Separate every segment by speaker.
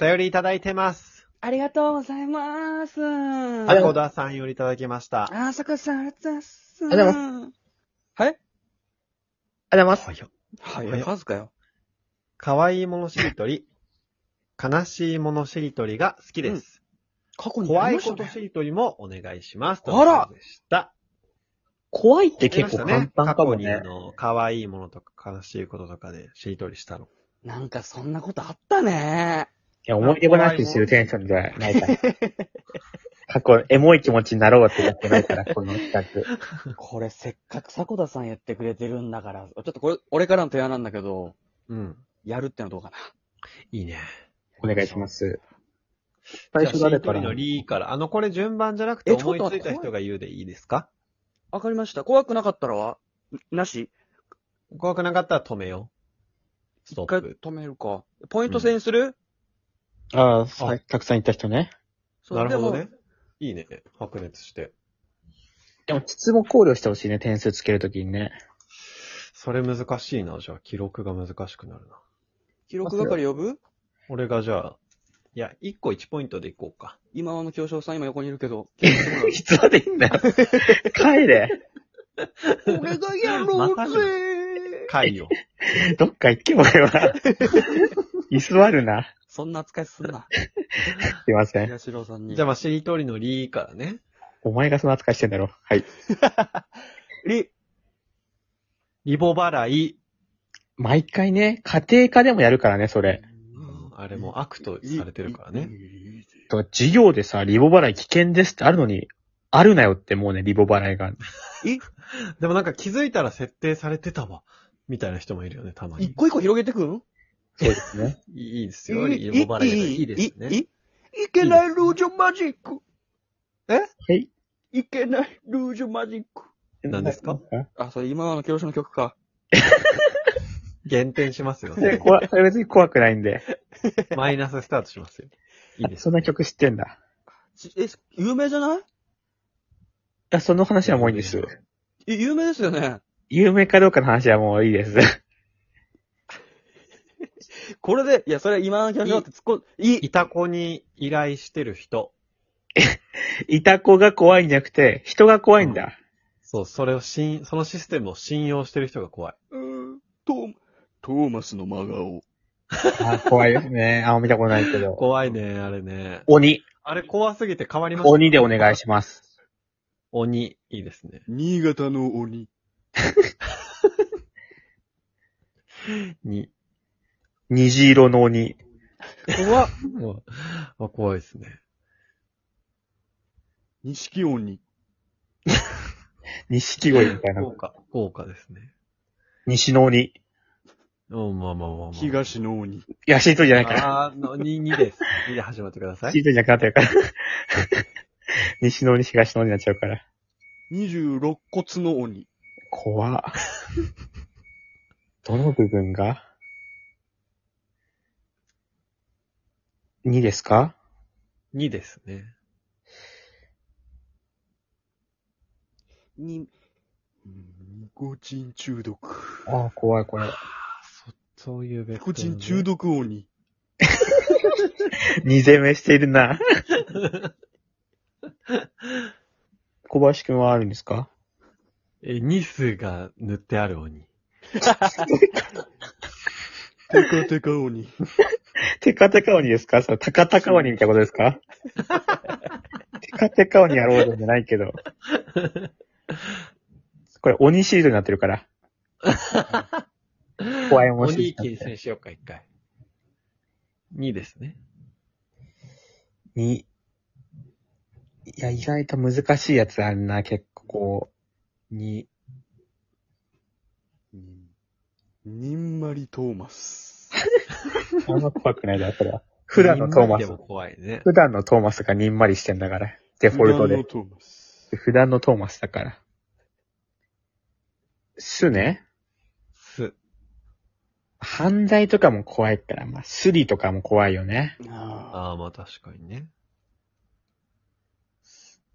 Speaker 1: お便りいただいてます。
Speaker 2: ありがとうございます。
Speaker 1: あ
Speaker 2: あ
Speaker 1: こださんよりいただきました。
Speaker 2: あ、さくさん、ありがとうございます。
Speaker 3: ありがとうごありがとうございます。
Speaker 1: はいよ
Speaker 3: は
Speaker 1: 早い
Speaker 3: 数かよ。
Speaker 1: 可愛いものしりとり、悲しいものしりとりが好きです。
Speaker 3: 過去にあ
Speaker 1: 怖
Speaker 3: り
Speaker 1: い
Speaker 3: まし
Speaker 1: こと
Speaker 3: たね
Speaker 1: しりとりもお願いします。と
Speaker 3: あら
Speaker 1: いうことでした。
Speaker 3: 怖いって結構簡単かも
Speaker 1: ありま
Speaker 3: ね
Speaker 1: した。過去にあの、可愛いものとか悲しいこととかでしりとりしたの。
Speaker 2: なんかそんなことあったね。
Speaker 3: いや、思い出話してるテンションじゃないから。過去、エモい気持ちになろうってやってないから、この企画。
Speaker 2: これせっかく迫田さんやってくれてるんだから、ちょっとこれ、俺からの提案なんだけど、
Speaker 1: うん。
Speaker 2: やるってのはどうかな。
Speaker 1: いいね。
Speaker 3: お願いします。
Speaker 1: 最
Speaker 3: 最
Speaker 1: 初
Speaker 3: 初
Speaker 1: 誰
Speaker 3: 誰
Speaker 1: か
Speaker 3: からら
Speaker 1: のリーから。あの、これ順番じゃなくて
Speaker 2: えちょ
Speaker 1: 思
Speaker 2: っ
Speaker 1: い
Speaker 2: と
Speaker 1: つ
Speaker 2: 待
Speaker 1: い
Speaker 2: って
Speaker 1: た人が言うでいいですか
Speaker 2: わかりました。怖くなかったらはなし
Speaker 1: 怖くなかったら止めよう。ストッ
Speaker 2: 一回
Speaker 1: プ。
Speaker 2: 止めるか。ポイント制にする、
Speaker 3: ああ、
Speaker 1: さ
Speaker 3: たくさんいた人ね。
Speaker 2: そう
Speaker 1: なるほど。
Speaker 2: で
Speaker 1: ね
Speaker 2: も。
Speaker 1: いいね。白熱して。
Speaker 3: でも、質も考慮してほしいね、点数つけるときにね。
Speaker 1: それ難しいな。じゃあ、記録が難しくなるな。
Speaker 2: 記録係呼ぶ
Speaker 1: 俺がじゃあ、いや、1個1ポイントでいこうか。
Speaker 2: 今の教匠さん今横にいるけ ど。記録してもらう
Speaker 3: 質までいいんだよ。帰れ。
Speaker 2: 俺がやろうぜ
Speaker 1: 回を。
Speaker 3: どっか行けばよ。居座るな。
Speaker 2: そんな扱いすんな。
Speaker 3: すいません。
Speaker 2: 東郎さんに。
Speaker 1: じゃあ、まあ、しりとりのリーからね。
Speaker 3: お前がその扱いしてんだろ。はい。
Speaker 2: り、
Speaker 1: リボ払い。
Speaker 3: 毎回ね、家庭科でもやるからね、それ。
Speaker 1: うんあれも悪とされてるからね。
Speaker 3: と授業でさ、リボ払い危険ですってあるのに、あるなよってもうね、リボ払いが。
Speaker 1: でもなんか気づいたら設定されてたわ。みたいな人もいるよね、たま
Speaker 2: 一
Speaker 1: に。
Speaker 2: 個一個広げてくん
Speaker 3: そうですね。
Speaker 1: いいですよ。リボ払いがいいですね。
Speaker 2: いいけないルージュマジック。
Speaker 3: はい。
Speaker 2: いけないルージュマジック。
Speaker 1: 何ですか
Speaker 2: あ、それ今の教師の曲か。
Speaker 1: 減点しますよ。
Speaker 3: それ怖、それ別に怖くないんで。
Speaker 1: マイナススタートしますよ。いいです。
Speaker 3: そんな曲知ってんだ。
Speaker 2: ちえ、有名じゃない
Speaker 3: いや、その話はもういいんです。
Speaker 2: え有名ですよね。
Speaker 3: 有名かどうかの話はもうい いです。
Speaker 2: これで、いや、それ今の教師だって突っ込ん、いい
Speaker 1: いたこに依頼してる人。
Speaker 3: いた子が怖いんじゃなくて、人が怖いんだ。
Speaker 1: そう、それを信、そのシステムを信用してる人が怖い。
Speaker 2: うんトー、トーマスの真顔。
Speaker 3: あ怖いですね。あ、見たことないけど。
Speaker 1: 怖いね、あれね。
Speaker 3: 鬼。
Speaker 1: あれ怖すぎて変わりました。
Speaker 3: 鬼でお願いします。
Speaker 1: 鬼、いいですね。
Speaker 2: 新潟の鬼。
Speaker 1: に。
Speaker 3: 虹色の鬼。
Speaker 2: 怖っ。
Speaker 1: うんあ、怖いですね。
Speaker 2: 錦鬼。
Speaker 3: 錦鯉みたいな
Speaker 1: 豪。華。豪華ですね。
Speaker 3: 西の鬼。い
Speaker 1: うん、まあまあまあまあ。
Speaker 2: の鬼。
Speaker 3: や、しりとりじゃないから。
Speaker 1: あーの、2、2です。2で始まってくださ
Speaker 3: シ
Speaker 1: い。
Speaker 3: ートじゃなくなってるから。 西の鬼、東の鬼になっちゃうから。
Speaker 2: 26骨の鬼。
Speaker 3: 怖っ。どの部分が ?2 ですか
Speaker 1: 2ですね。
Speaker 2: に、ニコチン中毒。
Speaker 3: ああ、怖い、これ。
Speaker 1: そういうベ
Speaker 2: ニ
Speaker 1: クト
Speaker 2: コ
Speaker 1: ル
Speaker 2: チ
Speaker 1: ね
Speaker 2: ン中毒鬼。
Speaker 3: 二攻めしている な。小林くんはあるんですか
Speaker 1: え、ニスが塗ってある鬼。
Speaker 2: テカテカ鬼。
Speaker 3: テカテカ鬼ですかそれ、タカタカ鬼みたいなことです かテカテカ鬼やろうじゃないけど。これ、鬼シールになってるから。怖いもん
Speaker 1: 鬼厳選しようか、一回。2ですね。
Speaker 3: に、いや、意外と難しいやつあるな、結構こ
Speaker 1: 2。
Speaker 2: にんまりトーマス。
Speaker 3: う。あんま怖くないだろ、それは。普段のトーマ
Speaker 1: で
Speaker 3: ス
Speaker 1: も。怖いね。
Speaker 3: 普段のトーマスがにんまりしてんだから。デフォルト
Speaker 2: ニンマリ
Speaker 3: で。
Speaker 2: トーマス。
Speaker 3: 普段のトーマスだから。すね
Speaker 1: す。
Speaker 3: 犯罪とかも怖いから、まあ、スリとかも怖いよね。
Speaker 2: ああ。
Speaker 1: ああ、まあ確かにね。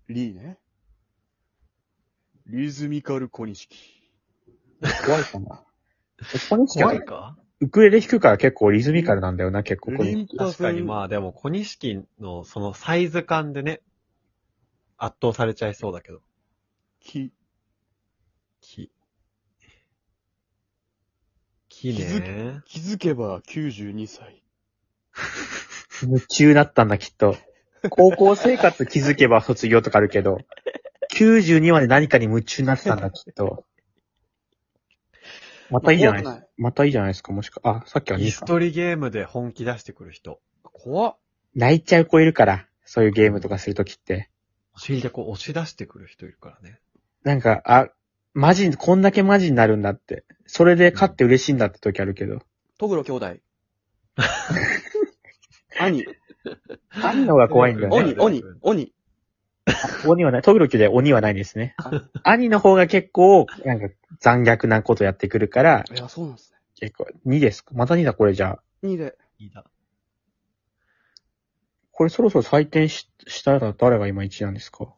Speaker 2: リーね。リズミカル小錦。
Speaker 3: 怖いかな。ここにしか
Speaker 1: 怖いか
Speaker 3: ウクレレ弾くから結構リズミカルなんだよな、結構こ
Speaker 1: リ
Speaker 3: れ
Speaker 1: ン。と
Speaker 2: 確
Speaker 1: する
Speaker 2: か
Speaker 1: に、
Speaker 2: に
Speaker 1: まあでも、小錦のそのサイズ感でね、圧倒されちゃいそうだけど。
Speaker 2: き、
Speaker 1: 木。木
Speaker 2: 気づ
Speaker 1: ね。
Speaker 2: 気づけば92歳。
Speaker 3: 夢中だったんだ、きっと。高校生活気づけば卒業とかあるけど、92まで何かに夢中になってたんだ、きっと。またいいじゃないですか。
Speaker 2: い。
Speaker 3: またいいじゃないですか、もしか。あ、さっきは
Speaker 1: イ
Speaker 3: 2
Speaker 1: ストリゲームで本気出してくる人。
Speaker 2: 怖っ。
Speaker 3: 泣いちゃう子いるから、そういうゲームとかするときって。
Speaker 1: お尻でこう押し出してくる人いるからね。
Speaker 3: なんか、あ、マジ、こんだけマジになるんだって。それで勝って嬉しいんだって時あるけど。
Speaker 2: トグロ兄弟。 兄、
Speaker 3: あんのが怖いんだよね。
Speaker 2: 鬼、鬼、鬼。
Speaker 3: 鬼はない。トグロキで鬼はないですね
Speaker 2: あ。
Speaker 3: 兄の方が結構、なんか残虐なことやってくるから、
Speaker 2: いや、そうなんですね。
Speaker 3: 結構、2ですかまた2だ、これじゃあ。
Speaker 2: 2で。
Speaker 1: いいだ。
Speaker 3: これそろそろ採点ししたら誰が今1なんですか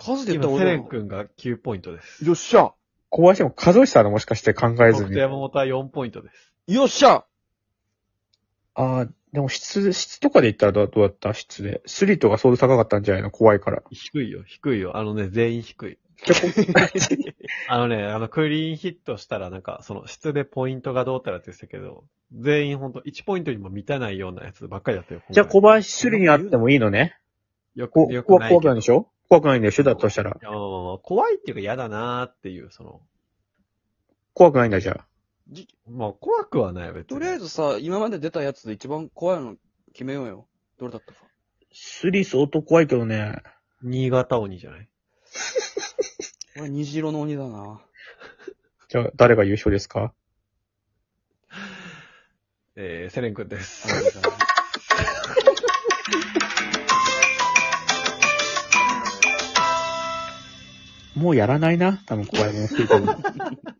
Speaker 2: 数で言
Speaker 1: 今、
Speaker 2: ったら
Speaker 1: セレ
Speaker 2: 俺
Speaker 1: ン君が9ポイントです。
Speaker 2: よっしゃ
Speaker 3: 小林も数えてたのもしかして考えず
Speaker 1: 僕と
Speaker 3: に。
Speaker 1: 山本は4ポイントです。
Speaker 2: よっしゃ
Speaker 3: ああ、でも質、質とかで言ったらどうどうだった質で。スリートが相当高かったんじゃないの怖い から。
Speaker 1: 低いよ、低いよ。あのね、全員低い。あのね、あの、クリーンヒットしたらなんか、その質でポイントがどうたらって言ってたけど、全員ほんと1ポイントにも満たないようなやつばっかりだったよ。
Speaker 3: じゃあ小
Speaker 1: ば
Speaker 3: 林スリーにあってもいいのね
Speaker 1: よ
Speaker 3: こ
Speaker 1: く、よく
Speaker 3: 怖
Speaker 1: ないけ
Speaker 3: 怖
Speaker 1: ど。
Speaker 3: くないでしょ怖くないんだよ、手だとしたら。
Speaker 1: いやまあまあまあ怖いっていうか嫌だなーっていう、その、
Speaker 3: 怖くないんだ、じゃあ。
Speaker 2: じ
Speaker 1: まあ怖くはないよ別に。
Speaker 2: とりあえずさ、今まで出たやつで一番怖いの決めようよ。どれだったか。
Speaker 3: スリー相当怖いけどね。
Speaker 1: 新潟鬼じゃない
Speaker 2: 俺、虹色の鬼だ な。
Speaker 3: じゃあ、誰が優勝ですか
Speaker 1: えー、セレン君です。
Speaker 3: もうやらないな、多分怖いものスリートも。